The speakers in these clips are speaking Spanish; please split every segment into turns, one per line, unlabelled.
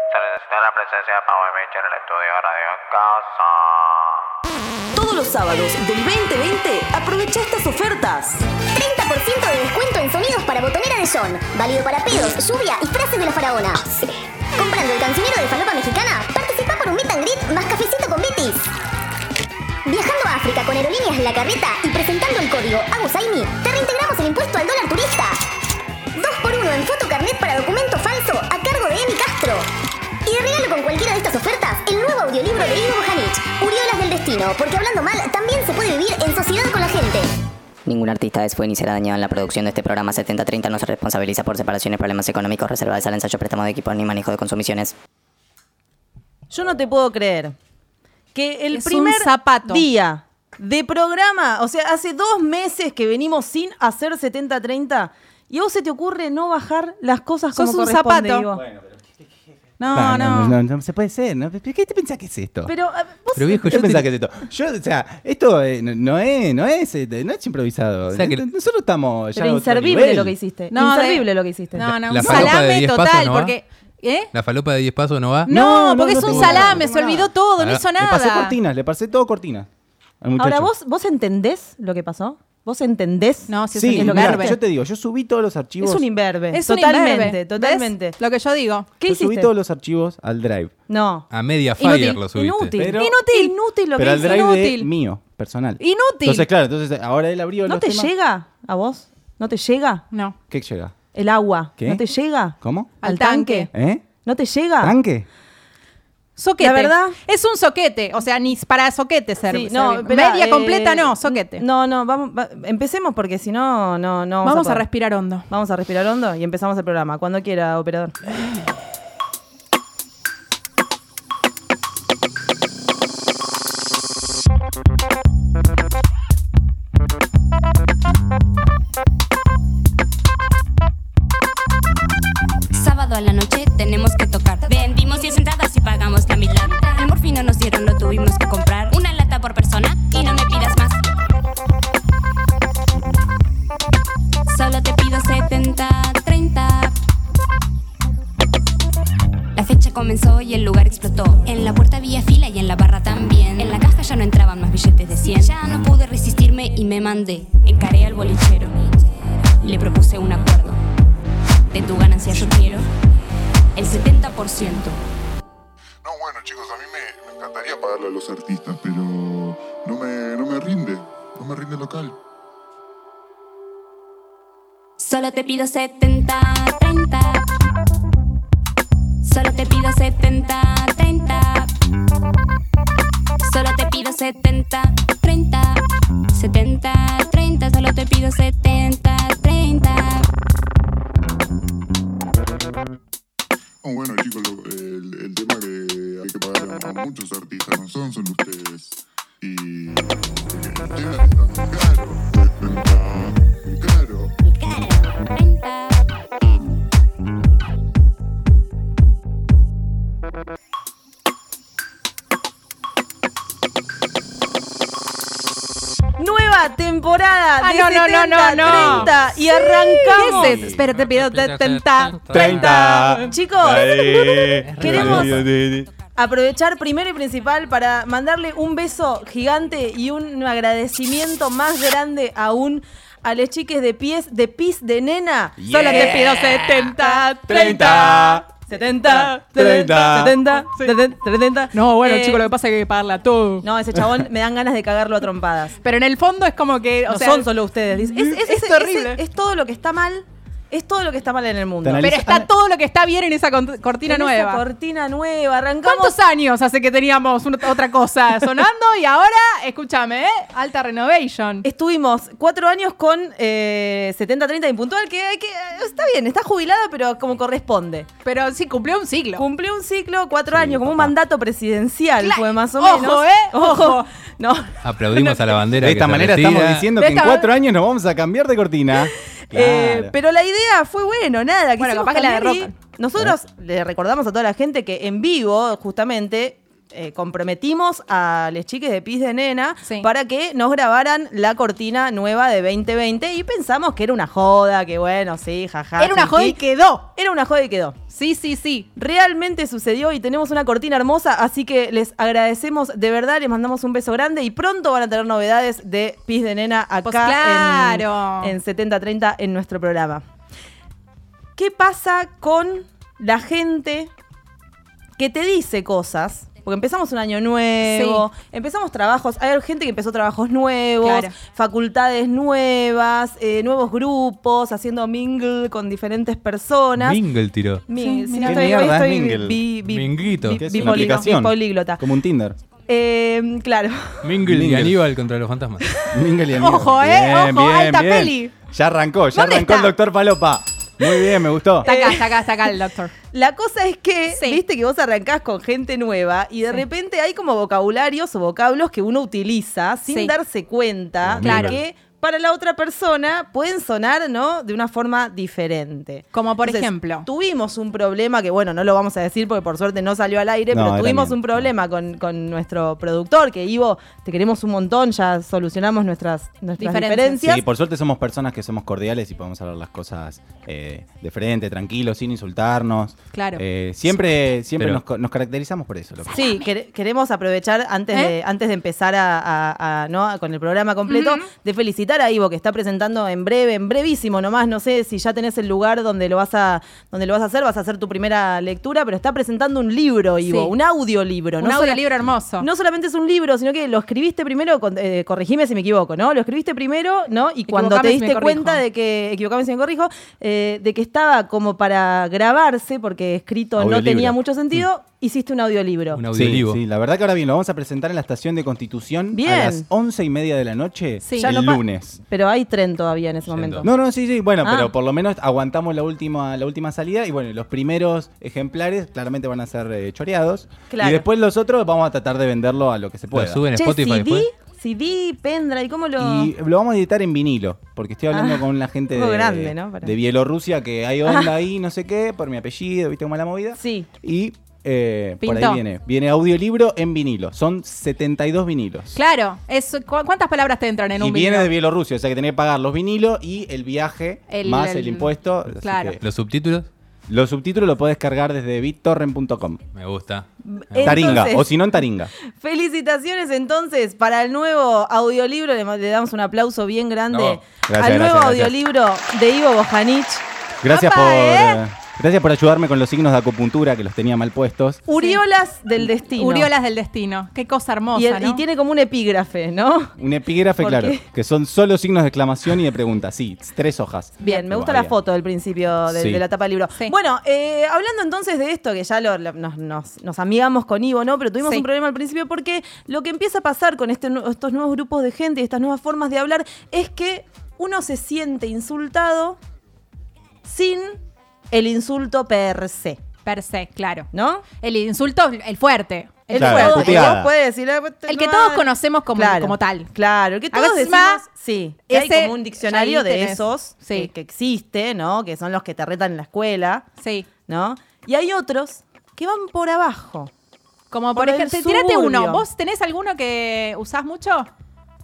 la presencia de Pablo Mitch en el estudio Radio Casa.
Todos los sábados del 2020 aprovecha estas ofertas.
30% de descuento en sonidos para botonera de John. Válido para pedos, lluvia y frases de la faraona. Comprando el cancionero de Falopa Mexicana, participa por un meet and greet más cafecito con Betis. Viajando a África con aerolíneas La Carreta y presentando el código AGUSAIMI, te reintegramos el impuesto al dólar turista. 2x1 en fotocarnet para documento falso a cargo de Emi Castro. Y de regalo con cualquiera de estas ofertas, el nuevo audiolibro de Ingo Bojanich, Uriolas del Destino, porque hablando mal también se puede vivir en sociedad con la gente.
Ningún artista es fue ni será dañado en la producción de este programa 7030. No se responsabiliza por separaciones, problemas económicos, reserva de sala, ensayo, préstamo de equipos ni manejo de consumiciones.
Yo no te puedo creer que el
Es un
primer
zapato.
día de programa, o sea, hace dos meses que venimos sin hacer 70-30 y a vos se te ocurre no bajar las cosas como
Sos un
corresponde,
zapato.
Ivo.
No, no.
no, no se puede ser. ¿no? ¿Pero ¿Qué te pensás que es esto?
Pero, eh, vos-
Pero viejo, yo pensaba que es esto. Yo, o sea, esto eh, no, no es, no es, eh, no es improvisado.
sea que-
Nosotros estamos ya
pero
a otro
inservible
nivel.
lo que hiciste.
No, de-
inservible lo que hiciste.
No, no,
La
un
falopa de
salame
10
total,
pasos no va.
porque. ¿Eh?
La falopa de 10 pasos no va.
No,
No, no,
porque
no
es un
tengo
salame,
nada,
se olvidó todo, no
Ahora,
hizo
le
Ah, Le
nada.
pasé cortinas, le pasé todo cortinas. al
Ahora,
muchacho.
¿vos, ¿vos entendés lo que pasó? ¿Vos entendés?
No, si es
Sí,
un
lo
mirá,
imberbe.
yo te digo, yo subí todos los archivos.
es un imberbe.
Es un
totalmente,
imberbe. ¿Ves?
totalmente.
Lo que yo digo.
¿Qué
yo subí
hiciste?
todos los archivos al Drive.
No.
A media fire lo subiste.
Inútil.
Pero-
inútil. Inútil lo
Pero
que
al
hiciste.
Drive de
inútil.
mío, personal.
Inútil.
Entonces, claro, entonces ahora él abrió
¿No
los
te
temas.
llega a vos? ¿No te llega
No.
¿Qué llega?
el agua?
¿Qué?
¿No te llega?
¿Cómo?
Al tanque.
¿Eh?
¿No te llega?
¿Tanque?
Soquete.
La verdad-
Es un soquete. O sea, ni para soquete ser.
Sí, no, espera,
Media
eh,
completa no, soquete.
No, no, vamos, va- empecemos porque si no, no, no.
Vamos a
poder.
respirar hondo.
Vamos a respirar hondo y empezamos el programa. Cuando quiera, operador.
Sábado a la noche tenemos que tocar. Vendimos 10 entradas y pagamos la mitad. El morfino nos dieron, lo tuvimos que comprar. Una lata por persona y no me pidas más. Solo te pido 70, 30. La fecha comenzó y el lugar explotó. En la puerta había fila y en la barra también. En la caja ya no entraban más billetes de 100. Ya no pude resistirme y me mandé. Encaré al bolichero. Le propuse un acuerdo. De tu ganancia yo quiero el 70%.
No, bueno, chicos, a mí me, me encantaría pagarle a los artistas, pero no me, no me rinde. No me rinde el local.
Solo te pido 70, 30. Solo te pido 70, 30. Solo te pido 70, 30. 70, 30. Solo te pido 70, 30.
No, Oh, bueno, chicos, lo- el, el tema que hay que pagar a, a muchos artistas no son solo ustedes. Y el tema está muy caro. Está muy caro.
Nueva temporada
Ah,
de
no, no, no, no,
70,
no.
30 y
Sí.
arrancamos.
¿Qué es eso? Espérate, pido 70.
30.
Chicos, queremos aprovechar primero y principal para mandarle un beso gigante y un agradecimiento más grande aún a los chiques de pies, de pis de nena.
Solo te pido 70,
30.
70,
30,
70, 70, 70.
No, bueno,
Eh,
chicos, lo que pasa es que hay que pagarla todo.
No, ese chabón me dan ganas de cagarlo a trompadas.
Pero en el fondo es como que. O
no
sea,
son solo ustedes. dice. Es, es-
es
es-
terrible.
Es, es todo lo que está mal. Es todo lo que está mal en el mundo.
Tan
pero
Ana-
está todo lo que está bien en esa cont- cortina
En esa
nueva.
Cortina nueva. Arrancamos
¿Cuántos años hace que teníamos un- otra cosa sonando? Y ahora, escúchame, ¿eh? Alta Renovation.
Estuvimos cuatro años con eh, 70-30 impuntual, que, hay que está bien, está jubilada, pero como corresponde.
Pero sí, cumplió un siglo.
Cumplió un ciclo, cuatro años, como un mandato presidencial
Claro.
fue más o
Ojo,
menos.
¿eh?
Ojo, No.
Aplaudimos a la bandera.
De
que
esta
se
manera
retira.
estamos diciendo
De
que en
esta-
cuatro años nos vamos a cambiar de cortina.
Eh,
Claro.
pero la idea fue bueno, nada.
Bueno,
quisimos
capaz que la
cambiar y
derrotan.
Nosotros le recordamos a toda la gente que en vivo, justamente, eh, comprometimos a les chiques de Pis de Nena
Sí.
para que nos grabaran la cortina nueva de 2020 y pensamos que era una joda, que bueno, sí, jaja.
Era una
sí,
joda
sí.
y quedó.
Era una joda y quedó.
Sí, sí, sí.
Realmente sucedió y tenemos una cortina hermosa, así que les agradecemos de verdad, les mandamos un beso grande y pronto van a tener novedades de Pis de Nena acá
Pues claro.
en, en 7030 en nuestro programa. ¿Qué pasa con la gente que te dice cosas? Porque empezamos un año nuevo, empezamos trabajos, hay gente que empezó trabajos nuevos,
Claro.
facultades nuevas, eh, nuevos grupos, haciendo mingle con diferentes personas.
Mingle tiró.
Mi-
Sí,
sí,
mira.
estoy-
¿Qué mierda es
estoy
Mingle?
bi- bi-
Minguito.
bi-
Que es
bi-
una
poli- no,
aplicación.
bipoliglota.
Como un Tinder.
Eh, claro.
Mingle, y
Mingle.
Aníbal contra los fantasmas.
Mingle y amigos.
Ojo, eh, ojo, alta peli.
Ya arrancó, ya
¿Dónde
arrancó el
está?
doctor Palopa. Muy bien, me gustó.
Está
Eh.
acá, está acá, está acá el doctor.
La cosa es que,
Sí.
viste que vos arrancás con gente nueva y de repente hay como vocabularios o vocablos que uno utiliza sin
Sí.
darse cuenta de
Claro.
que para la otra persona pueden sonar, ¿no? De una forma diferente.
Como por
Entonces,
ejemplo.
Tuvimos un problema que, bueno, no lo vamos a decir porque por suerte no salió al aire,
No,
pero
era
tuvimos
mío.
un problema con, con nuestro productor, que Ivo, te queremos un montón, ya solucionamos nuestras, nuestras
Diferencias.
diferencias.
Sí, por suerte somos personas que somos cordiales y podemos hablar las cosas eh, de frente, tranquilos, sin insultarnos.
Claro.
Eh, siempre siempre
Pero-
nos, co- nos caracterizamos por eso. lo que-
Sí, quere- queremos aprovechar antes,
¿Eh?
de, antes de empezar a, a- a- ¿no? a- con el programa completo, de felicitar a Ivo, que está presentando en breve, en brevísimo nomás, no sé si ya tenés el lugar donde lo vas a, donde lo vas a hacer, vas a hacer tu primera lectura, pero está presentando un libro, Ivo,
Sí.
un audiolibro.
Un
no sola-
audiolibro hermoso.
No solamente es un libro, sino que lo escribiste primero, con- eh, corregime si me equivoco, ¿no? Lo escribiste primero, ¿no? Y cuando te
Equivocame si me
diste
corrijo.
cuenta de que, equivocame si me corrijo, eh, de que estaba como para grabarse, porque escrito no
Audiolibro.
tenía mucho sentido, hiciste un audiolibro.
Un
Sí,
audiolivo.
sí, la verdad que ahora bien, lo vamos a presentar en la estación de Constitución
Bien.
a las once y media de la noche
Sí. Ya
el
no pa-
lunes.
Pero hay tren todavía en ese
Yendo.
momento.
No, no, sí, sí, bueno,
Ah.
pero por lo menos aguantamos la última, la última salida y bueno, los primeros ejemplares claramente van a ser eh, choreados
Claro.
y después los otros vamos a tratar de venderlo a lo que se
Lo
pueda.
suben en
Che,
Spotify
CD,
después.
CD, pendrive, ¿cómo lo...?
Y lo vamos a editar en vinilo, porque estoy hablando
Ah,
con la gente
algo
de,
grande, ¿no? Para- Ah.
de Bielorrusia que hay onda ahí, no sé qué, por mi apellido, viste cómo es la movida.
Sí.
Y eh, por ahí
Pintó.
viene. Viene audiolibro en vinilo. Son 72 vinilos.
Claro, es, ¿cu- ¿cuántas palabras te entran en
y
un
viene
vinilo?
de Bielorrusia, o sea que tenés que pagar los vinilos y el viaje
El-
más
el-
el, impuesto. así
claro.
que
Los subtítulos.
los subtítulos los podés cargar desde bittorrent.com.
Me gusta.
Eh,
Taringa,
Entonces-
o si no en Taringa.
Felicitaciones entonces para el nuevo audiolibro. Le, le damos un aplauso bien grande
Bravo.
Gracias,
al nuevo
gracias,
audiolibro de Ivo Bojanich.
Gracias
Apa,
por.
¿eh?
Gracias por ayudarme con los signos de acupuntura que los tenía mal puestos.
Uriolas del Destino.
Uriolas del destino. Qué cosa hermosa,
y, el-
¿no?
y tiene como un epígrafe, ¿no?
Un epígrafe,
¿Por
claro.
qué?
Que son solo signos de exclamación y de pregunta. Sí, tres hojas.
Bien, me
Pero
gusta
va
la
bien.
foto del principio de,
Sí.
de la tapa del libro.
Sí.
Bueno, eh, hablando entonces de esto, que ya lo- lo- nos, nos- nos amigamos con Ivo, ¿no? Pero tuvimos
Sí.
un problema al principio porque lo que empieza a pasar con este nu- estos nuevos grupos de gente y estas nuevas formas de hablar es que uno se siente insultado sin el insulto per se,
Per se, claro.
¿no?
El insulto, el fuerte. El
Claro,
que
fuerte.
la
todos-
puteada.
que todos puede decir, "Ah, te
El que
no
todos
va".
conocemos como- como tal.
Claro, el que
A
todos
veces
decimos.
más,
sí, que hay
ese-
como un diccionario
ahí
de
tenés.
esos
Sí.
que, que existe, ¿no? Que son los que te retan en la escuela,
Sí.
¿no? Y hay otros que van por abajo.
Como
Por
por,
el
ejemplo, tirate
suburbio.
uno. ¿Vos tenés alguno que usás mucho?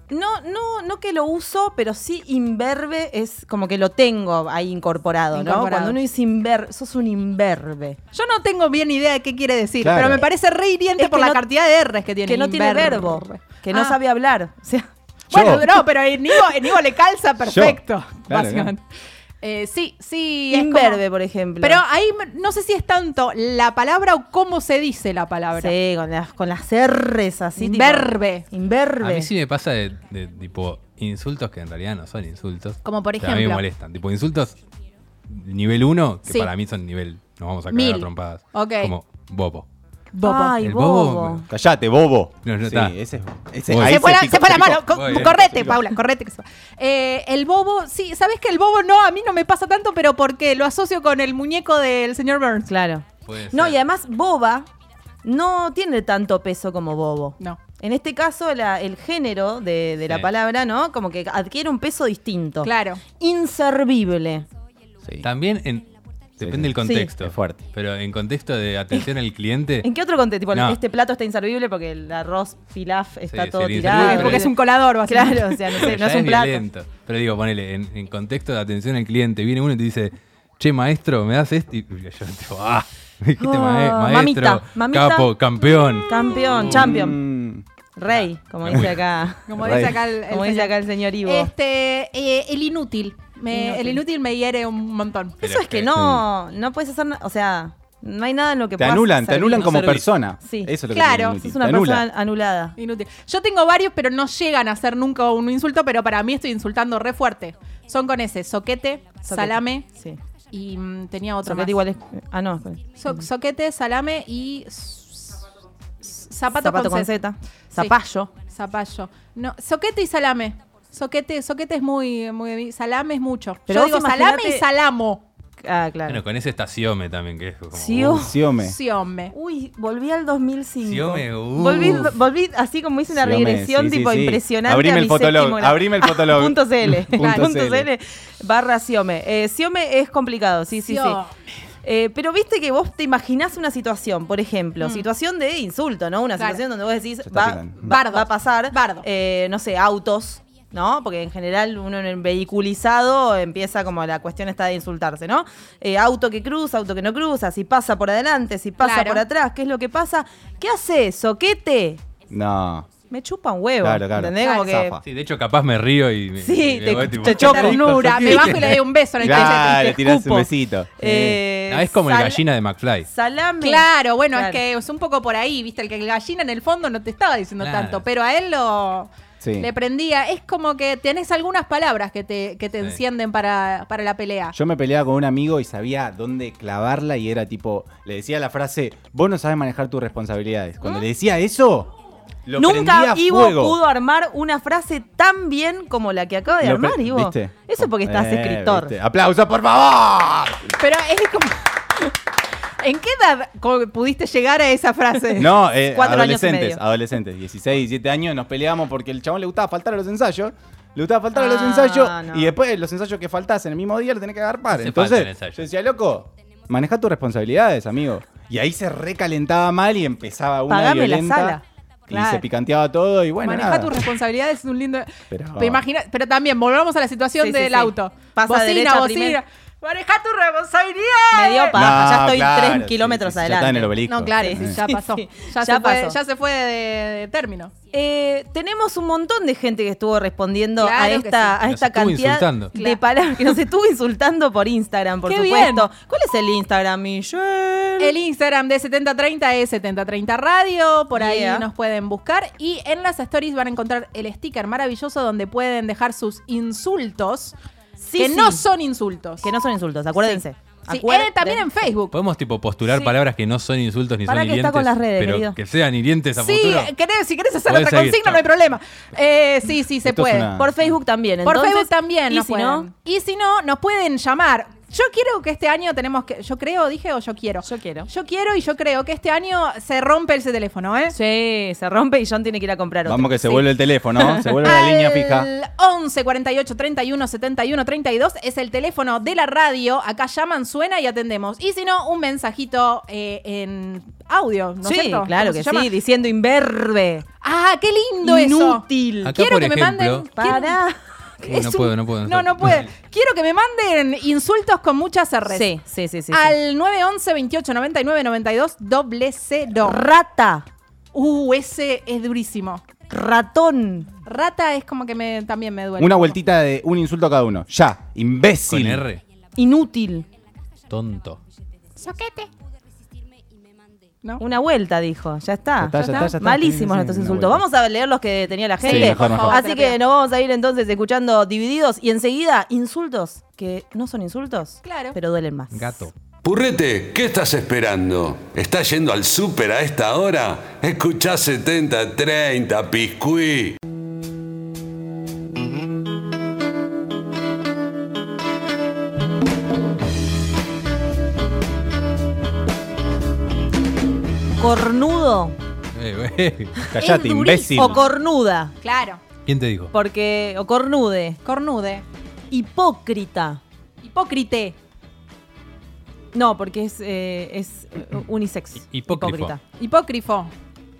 No, no, no que lo uso, pero sí imberbe es como que lo tengo ahí incorporado, ¿no?
Incorporado.
Cuando uno dice imberbe, sos un imberbe.
Yo no tengo bien idea de qué quiere decir,
Claro.
pero me parece re hiriente
Es que
por la
no-
cantidad de R's que tiene.
Que no tiene
Inver-
verbo, que no
Ah.
sabe hablar. O sea,
Bueno,
Yo.
no, pero en Ivo, en Ivo le calza perfecto,
claro,
básicamente. Eh, sí, sí. es
imberbe,
como-
por ejemplo.
Pero ahí me- no sé si es tanto la palabra o cómo se dice la palabra.
Sí, con las, con las R's así. tipo-
Imberbe.
imberbe.
A mí sí me pasa de, de, tipo insultos que en realidad no son insultos.
Como por
O sea, a mí me
ejemplo.
molestan. Tipo insultos nivel 1, que
Sí.
para mí son nivel. Nos vamos a cagar
Mil.
a trompadas.
Ok.
Como bobo.
Bobo.
Ay,
El
bobo.
bobo.
Callate, bobo.
No, no,
sí,
está.
ese, ese-
Voy.
ahí
se fue, la, se fue la
picó.
mano. Co-
Muy bien.
correte,
Picó.
Paula, correte. que se fue. Eh, el bobo, sí, ¿sabes que el bobo no? A mí no me pasa tanto, pero porque lo asocio con el muñeco del señor Burns.
Claro.
Puede
No,
ser.
y además boba no tiene tanto peso como bobo.
No.
En este caso, la- el género de, de la
Sí.
palabra, ¿no? Como que adquiere un peso distinto.
Claro.
Inservible.
Sí.
También en Depende del contexto.
Es fuerte.
Pero en contexto de atención al cliente.
¿En qué otro contexto? Tipo,
No.
este plato está insalubre porque el arroz pilaf está
Sí,
todo
sería
Eh,
tirado.
insalubre. Porque es un
colador,
básicamente. Claro, o sea, no, sé,
ya
no es un plato.
violento. Pero digo, ponele, en, en contexto de atención al cliente, viene uno y te dice, che, maestro, ¿me das esto? Y yo te digo, ah, me dijiste
Ah,
mae- maestro,
mamita, mamita.
capo, campeón. Mm.
Campeón,
Mm,
champion. Rey,
Ah.
como dice acá.
Como
Rey.
dice acá el, el
Como dice
señor.
acá el señor Ivo.
Este, eh, el inútil. Me-
Inútil.
El inútil me hiere un montón.
Eso es que no, no puedes hacer nada. O sea, no hay nada en lo que
Te
puedas
anulan, te
servir.
anulan
No
como
servís.
persona.
Sí.
Eso es lo que
Claro,
tiene el
sos
inútil,
Es una
te anula.
persona anulada.
Inútil. Yo tengo varios, pero no llegan a ser nunca un insulto, pero para mí estoy insultando re fuerte. Son con ese, soquete, salame
Sí.
y mm, tenía otro
Soquete
más.
igual es. Ah, no. con-
So- soquete, salame y s- s- zapato,
Zapato con
zeta.
Z. Zapallo.
Zapallo. No, soquete y salame. Soquete, soquete es muy, muy de mí. Salame es mucho.
Pero
Yo
vos
digo salame y
imaginate-
salamo.
Ah, claro.
Bueno, con ese está Siome también, que es como.
Sio-
uh,
Siome.
Sí, hombre.
Uy, volví al 2005.
Siome, uh.
volví, volví así como hice una
Siome,
regresión
sí, sí,
tipo
sí.
impresionante.
Abrime
a
el
mi
fotolog,
séptimo grado.
abrime el fotolog.
punto CL.
Punto
punto
CL.
CL barra Siome. Eh, Siome es complicado, sí, sí,
Siome.
sí. Eh, pero viste que vos te imaginás una situación, por ejemplo, situación de insulto, ¿no? Una
Mm. Claro.
situación donde vos decís,
está
va,
picante.
va- va a pasar,
Bardo.
eh, no sé, autos, ¿no? Porque en general uno en el vehiculizado empieza como la cuestión está de insultarse, ¿no? Eh, auto que cruza, auto que no cruza, si pasa por adelante, si pasa
Claro.
por atrás, ¿qué es lo que pasa? ¿Qué hace eso? ¿Qué te?
No.
Me chupa un huevo.
Claro, claro.
¿Entendés? Como que
Zafa.
Sí, de hecho, capaz me río y. me-
Sí,
y
te-
voy, tipo,
te choco.
Ternura. Me bajo y le doy un beso en el cachete.
Claro,
te
le tirás
escupo.
un besito.
Eh,
No, es como el
sal-
gallina de McFly.
Salame.
Claro, bueno, es
Claro.
que es un poco por ahí, viste, el que el gallina en el fondo no te estaba diciendo
Claro.
tanto, pero a él lo
Sí.
le prendía. Es como que tenés algunas palabras que te, que te
Sí.
encienden para, para la pelea.
Yo me peleaba con un amigo y sabía dónde clavarla y era tipo, le decía la frase, vos no sabes manejar tus responsabilidades. Cuando le decía eso, lo prendía
Nunca
a
Ivo
fuego.
pudo armar una frase tan bien como la que acaba de
Lo pre-
armar, Ivo.
¿Viste?
Eso es porque estás
Eh,
escritor.
¿viste? ¡Aplausos, por favor!
Pero es como. ¿En qué edad co- pudiste llegar a esa frase?
No, eh,
Cuatro años y
adolescentes,
medio.
adolescentes, 16, 17 años, nos peleábamos porque el chabón le gustaba faltar a los ensayos. Le gustaba faltar a los
Ah,
ensayos
no.
y después los ensayos que faltasen el mismo día lo tenés que agarpar.
No se falta
Entonces,
el ensayo.
yo decía, loco, maneja tus responsabilidades, amigo. Y ahí se recalentaba mal y empezaba una
Pagame la
violenta.
sala.
Y
Claro.
se picanteaba todo y bueno,
Maneja
nada.
tus responsabilidades es un lindo.
Pero-
Te imaginas- pero también, volvamos a la situación
Sí, sí,
del
sí.
auto.
Pasa derecha
bocina, bocina.
primero.
Maneja tus responsabilidades.
Me dio paja,
No,
ya estoy
claro,
tres
sí,
kilómetros
sí, sí, ya
adelante.
está en el obelisco.
No, claro,
Sí,
sí,
sí.
ya pasó.
Sí, sí.
Ya,
Ya
se Fue,
pasó.
ya se fue de- de término.
Eh, tenemos un montón de gente que estuvo respondiendo
Claro
a
que
esta,
sí.
a
Nos
esta
estuvo
cantidad
insultando.
de palabras que nos estuvo insultando por Instagram, por
Qué
supuesto. ¿Cuál es el Instagram, Michelle?
El Instagram de 7030 es 7030 Radio, por ahí
Yeah.
nos pueden buscar. Y en las stories van a encontrar el sticker maravilloso donde pueden dejar sus insultos,
Sí,
que
sí.
no son insultos.
Que no son insultos, acuérdense.
Sí,
Acuérdense.
eh, también en Facebook.
Podemos tipo postular palabras que no son insultos ni
Pará
son
que
hirientes.
está con las redes,
pero
querido. eh,
que sean hirientes a
Sí,
futuro.
querés- si querés hacer
Podés
otra
seguir,
consigna,
chao.
no hay problema. Eh, sí, sí, se
Esto es
puede.
una-
Por Facebook también.
Por
entonces,
Facebook también
y
nos
si
pueden.
no,
Y si no, nos pueden llamar. Yo quiero que este año tenemos que. Yo creo, dije, o yo quiero.
Yo quiero.
Yo quiero y yo creo que este año se rompe ese teléfono, ¿eh?
Sí, se rompe y John tiene que ir a comprar otro.
Vamos que se
Sí.
vuelve el teléfono, se vuelve la línea fija.
Al 11 48 31 71 32 es el teléfono de la radio. Acá llaman, suena y atendemos. Y si no, un mensajito eh, en audio, ¿no es
sí,
cierto?
claro
¿Cómo se
que
llama?
sí, diciendo imberbe.
Ah, qué lindo
Inútil.
eso.
Acá,
Quiero
por
que me
ejemplo-
manden.
Pará.
Uy, no puedo, no puedo, no
No,
puedo.
no puede. Quiero que me manden insultos con muchas R's.
Sí, sí, sí, sí. sí.
Al 911 28 99 92 doble cero.
Rata,
Uh, ese es durísimo.
ratón.
Rata es como que me, también me duele.
Una vueltita de un insulto a cada uno. Ya,
Con
imbécil.
R.
Inútil.
Tonto.
Soquete.
¿No?
Una vuelta, dijo. Ya está.
Ya está, ya está, ya está. Sí, sí, sí,
Malísimos nuestros
una
insultos.
vuelta.
Vamos a leer los que tenía la
Sí,
gente.
mejor, mejor.
Así
Terapia.
que nos vamos a ir entonces escuchando divididos y enseguida insultos que no son insultos,
Claro.
pero duelen más.
Gato.
Purrete, ¿qué estás esperando? ¿Estás yendo al súper a esta hora? Escuchá 70-30, piscuí.
Cornudo
Eh, güey.
Callate,
Es
imbécil.
o cornuda.
Claro.
¿Quién te dijo?
Porque, o cornude.
Cornude.
Hipócrita.
Hipócrite.
No, porque es, eh, es eh, unisex.
Hipócrifo.
Hipócrifo.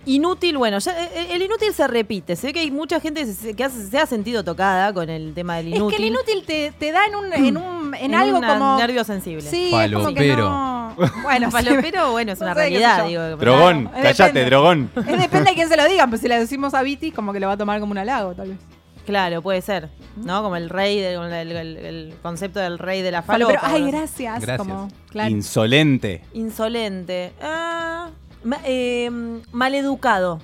Inútil, bueno, ya, eh, el inútil se repite. Se ve que hay mucha gente que se, que hace- se ha sentido tocada con el tema del inútil.
Es que el inútil te, te da en un, en un- en algo
una-
como.
nervio sensible.
Sí, es como que
Falopero.
no- Bueno,
Falopero, bueno, es una
sé, qué sé
realidad,
yo.
digo.
Drogón,
Claro,
callate,
depende.
drogón.
Es depende de quién se lo digan, pero si le decimos a Viti, como que lo va a tomar como un halago, tal vez.
Claro, puede ser, ¿no? Como el rey, del- el, el- el concepto del rey de la falopa.
Falopero, ay,
¿no?
gracias.
Gracias.
Como, claro.
Insolente.
Insolente. Ah, ma- eh, maleducado.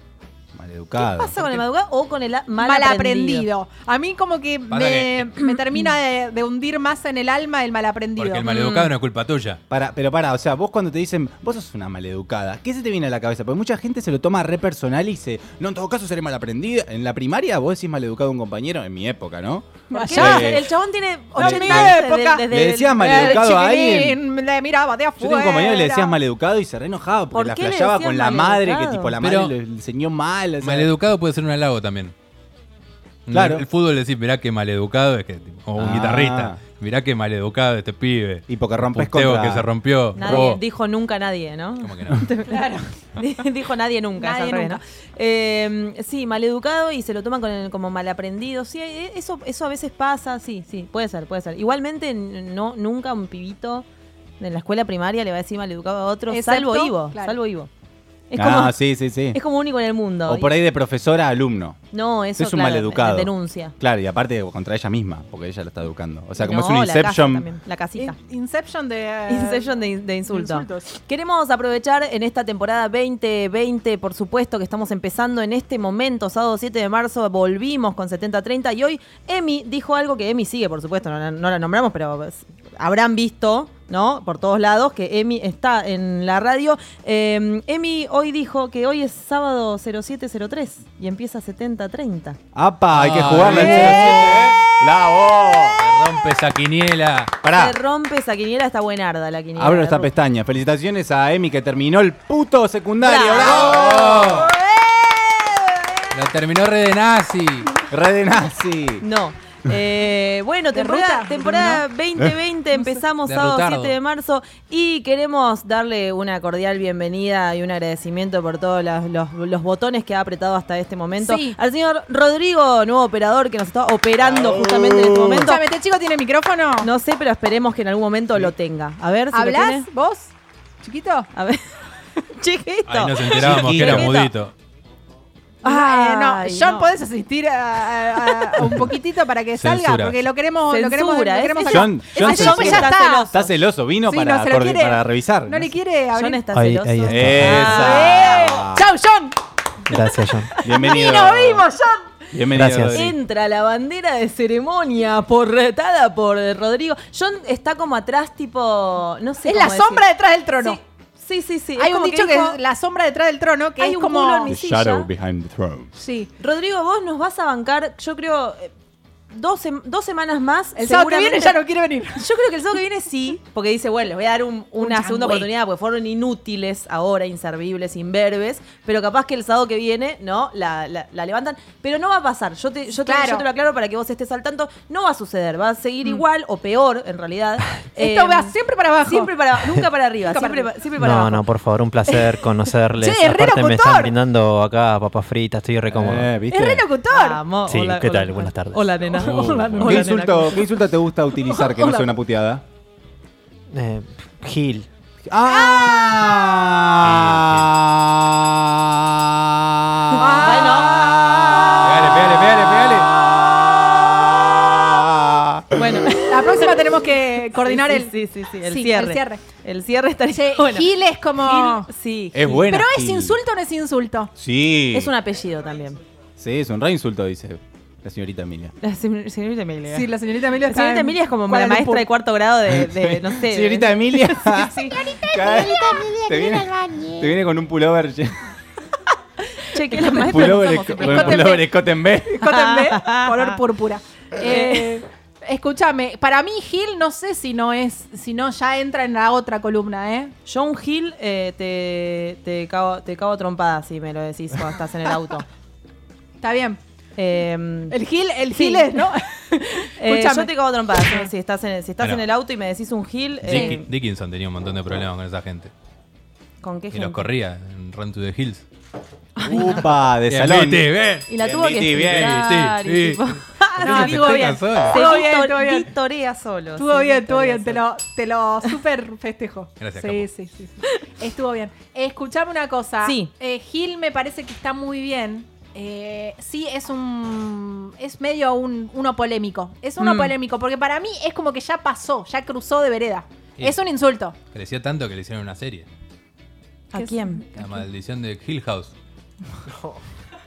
Maleducado.
¿Pasa con el maleducado o con el a- mal,
mal,
aprendido?
aprendido. A mí como que
Pasa
me, me termina de, de hundir más en el alma el mal aprendido.
Porque el
mm.
maleducado no es culpa tuya.
Para, pero para, o sea, vos cuando te dicen, vos sos una maleducada, ¿qué se te viene a la cabeza? Porque mucha gente se lo toma re personal y se, no, en todo caso seré malaprendida. En la primaria vos decís maleducado a un compañero, en mi época, ¿no? eh,
¿Por qué? Ah,
Sí.
El chabón tiene
No,
80
mi
años
época.
desde- desde
Le
el-
decías maleducado a alguien.
Eh, Le miraba de
Yo
afuera.
tengo un compañero que le decías maleducado y se re enojaba
¿Por
porque la
qué le
flasheaba
decías
con la madre, que
maleducado?
tipo la
Pero-
madre le le enseñó mal. o sea,
Maleducado puede ser un halago también.
Claro.
El fútbol decís, mirá qué maleducado es que. O un
Ah.
guitarrista. Mirá qué maleducado este pibe.
Y porque rompes
Puteo
contra-
que se rompió.
Nadie
robó.
dijo nunca nadie, ¿no?
¿Cómo que no?
Claro. dijo nadie nunca. es
Nadie
al revés,
nunca.
¿no? Eh, sí, maleducado y se lo toman con el- como malaprendido. Sí, eh, eso, eso a veces pasa, sí, sí, puede ser, puede ser. Igualmente, n- no, nunca un pibito de la escuela primaria le va a decir maleducado a otro,
Excepto,
salvo Ivo,
claro.
salvo Ivo. Es,
Ah,
como,
sí, sí, sí.
es como único en el mundo.
O por ahí de profesora a alumno.
no, eso
es un
claro,
maleducado.
denuncia.
Claro, y aparte contra ella misma, porque ella la está educando. O sea, como
No,
es un
la casa
Inception.
también, La casita.
In- Inception de. eh,
Inception de, de insulto.
insultos.
Queremos aprovechar en esta temporada 2020, por supuesto que estamos empezando en este momento, sábado 7 de marzo, volvimos con 70-30 y hoy Emi dijo algo que Emi sigue, por supuesto, no, la- no la nombramos, pero pues, habrán visto, ¿no? Por todos lados, que Emi está en la radio. Eh, Emi hoy dijo que hoy es sábado 0703 y empieza 70-30.
¡Apa! Hay que
Ah,
jugarla.
bien.
¿eh? ¡Bravo!
Se rompe esa quiniela.
Pará. Ah,
Se rompe esa quiniela, está buenarda la quiniela.
Abro esta
Ru.
pestaña. Felicitaciones a Emi que terminó el puto secundario.
Bravo. ¡Oh!
¡Bravo!
Lo terminó re de nazi.
Red de nazi.
No. Eh, bueno,
¿De
temporada,
ruta?
temporada 2020 empezamos
De
sábado
rutardo.
7 de marzo y queremos darle una cordial bienvenida y un agradecimiento por todos las- los, los botones que ha apretado hasta este momento.
Sí.
Al señor Rodrigo, nuevo operador que nos está operando justamente en este momento.
Escúchame, ¿este chico tiene micrófono?
No sé, pero esperemos que en algún momento lo tenga. A ver si lo tiene.
¿Hablas? ¿Vos? ¿Chiquito?
A ver. Chiquito.
Ahí nos enterábamos que era mudito.
Ah,
Ay,
no. John,
no.
¿podés asistir a, a- a un poquitito para que salga?
Censura.
Porque lo queremos, lo queremos, lo
Censura, ¿eh?
queremos
Ese-
acá.
John-
Ese
John
chico
censura.
ya está.
celoso.
Está celoso, vino
Sí,
para,
no se lo
acorde-
quiere-
para revisar.
No le quiere Ah, eh, abrir.
John está
Ahí-
celoso.
ahí está.
¡Esa!
¡Chao, John!
Gracias, John.
Bienvenido. Bienvenido.
Gracias.
Rodri.
Entra la bandera de ceremonia porretada por Rodrigo. John está como atrás, tipo. No sé.
Es la
cómo decir.
sombra detrás del trono.
Sí, sí, sí. sí. Es
Hay un
como
dicho que,
dijo,
es la sombra detrás del trono, que
Hay
es
un
como...
culo en mi
The
silla.
shadow behind the throne.
Sí.
Rodrigo, vos nos vas a bancar, yo creo, eh, dos, sem- dos semanas más.
El sábado que viene
seguramente-
ya no quiere venir.
Yo creo que el sábado que viene sí, porque dice, bueno, les voy a dar un- una
Un
segunda
changüey.
oportunidad, porque fueron inútiles ahora, inservibles, imberbes, pero capaz que el sábado que viene, ¿no? La, la- la levantan, pero no va a pasar, yo te, yo, te,
Claro.
yo te lo aclaro para que vos estés al tanto, no va a suceder, va a seguir igual o peor, en realidad.
Esto
Em,
va siempre para abajo.
Mm. Siempre para nunca para arriba,
Nunca para
siempre,
arriba.
pa- siempre para
No,
abajo.
no, por favor, un placer conocerles.
Che, Herrera
Aparte me
Cotor.
están brindando acá papas fritas, estoy re cómodo.
Eh, ¿viste?
Es re locutor.
Vamos,
Sí, ¿qué tal? Buenas tardes. Uh,
Hola, nena. Hola, nena.
¿Qué insulto, ¿Qué insulto te gusta utilizar que no
Hola.
sea una puteada?
Eh, Gil.
¡Ah!
Pegale, pegale, pegale, pegale.
Bueno.
La próxima tenemos que coordinar
Sí,
el...
sí, sí, sí, el
Sí, el
cierre.
cierre.
El cierre estaría
Che,
bueno.
Gil es como...
Gil, sí.
Es
Gil.
buena.
Pero es
Gil.
insulto o no es insulto.
Sí.
Es un apellido también.
Sí, es un re insulto, dice la señorita Emilia.
La señor- señorita Emilia.
Sí, la señorita Emilia
La señorita Emilia es como la maestra de cuarto grado de, de, Eh, no sé.
Señorita Emilia.
Señorita
Cada vez- te viene, te viene con un pullover. lle-
Che, que la maestra. no
pullover
somos,
esco-
¿eh?
con un pullover escote en B.
Cótenme, color púrpura. Eh, escúchame, para mí Gil no sé si no es, si no ya entra en la otra columna, ¿eh?
John Hill eh, te, te, cago, te cago a trompada si me lo decís cuando estás en el auto.
Está bien.
Eh,
El Gil, el
Sí.
Gil es, ¿no?
Eh, yo
Escúchame.
te cago a trompadas si- si estás, en el, si estás
Bueno.
en el auto y me decís un gil. eh,
Dick- Dickinson tenía un montón de problemas con esa gente.
¿Con qué
Y los
gente?
corría en Run to the Hills.
Upa, de
Bien,
salón.
Viti, bien.
Y la tuvo que explicar.
Viti,
y
Viti.
tipo- No,
Sí,
estuvo
te
bien.
estoy
Se
bien,
cansado.
victor-
estuvo bien.
victorea solo.
Estuvo
sí,
bien, estuvo
victorea
bien, te
solo.
lo, te lo super festejo.
Gracias,
sí, sí, sí, sí. Estuvo bien. Escuchame una cosa.
Sí.
Eh, Gil me parece que está muy bien. Eh, sí, es un. Es medio un, uno polémico. Es uno
Mm.
polémico, porque para mí es como que ya pasó, ya cruzó de vereda.
Sí.
Es un insulto.
Creció tanto que le hicieron una serie.
¿A quién?
La maldición de Hill House.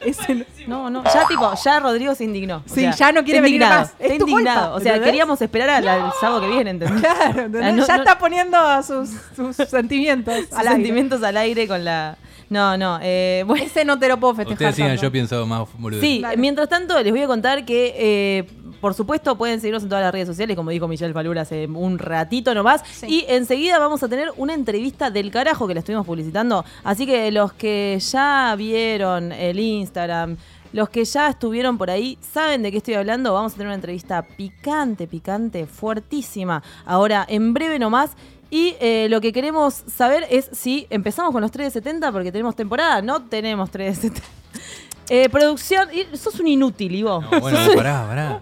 Es el-
No, no, ya tipo, ya Rodrigo se indignó. O
Sí,
sea,
ya no quiere
está
venir
indignado,
más.
está
Es tu culpa,
indignado. o sea,
¿entendés?
queríamos esperar al, al sábado que viene, ¿entendés?
Claro, ¿entendés?
Ah, no-
ya
no-
está poniendo sus, sus sentimientos
Sus
al aire.
sentimientos al aire con la. No, no. eh, bueno.
Ese no te lo puedo festejar.
Ustedes sigan,
tanto.
yo pienso más boludo.
Sí, mientras tanto les voy a contar que, eh, por supuesto, pueden seguirnos en todas las redes sociales, como dijo Michelle Falur hace un ratito nomás. Y enseguida vamos a tener una entrevista del carajo que la estuvimos publicitando. Así que los que ya vieron el Instagram, los que ya estuvieron por ahí, saben de qué estoy hablando. Vamos a tener una entrevista picante, picante, fuertísima. Ahora, en breve nomás. Y eh, lo que queremos saber es si empezamos con los 3 de 70 porque tenemos temporada. No tenemos 3 de 70. Eh, producción, y sos un inútil, Ivo.
Bueno,
sos,
pará, pará.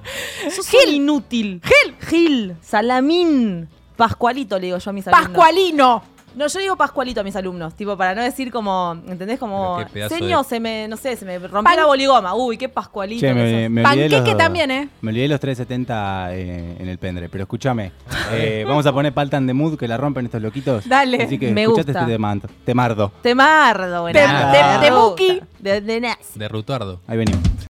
sos un inútil. Gil. Gil. Salamín. Pascualito, le digo yo a mis alumnos.
¡Pascualino!
No, yo digo Pascualito a mis alumnos, tipo, para no decir como, ¿entendés? Como,
Pero qué pedazo
señor,
de-
se me, no sé, se me rompió
Pan-
la boligoma. Uy, qué Pascualito.
Che,
que
me,
sos.
me olvidé
Panqueque
los-
también, ¿eh?
Me olvidé los 370 eh, en el pendre, pero escúchame. eh, vamos a poner Paltan de Mood que la rompen estos loquitos.
Dale.
Así que
Me
escuchaste
gusta.
este temanto- temardo.
Temardo, bueno.
Tem- tem-
Temuki. De, de Nas.
De Rutuardo.
Ahí venimos.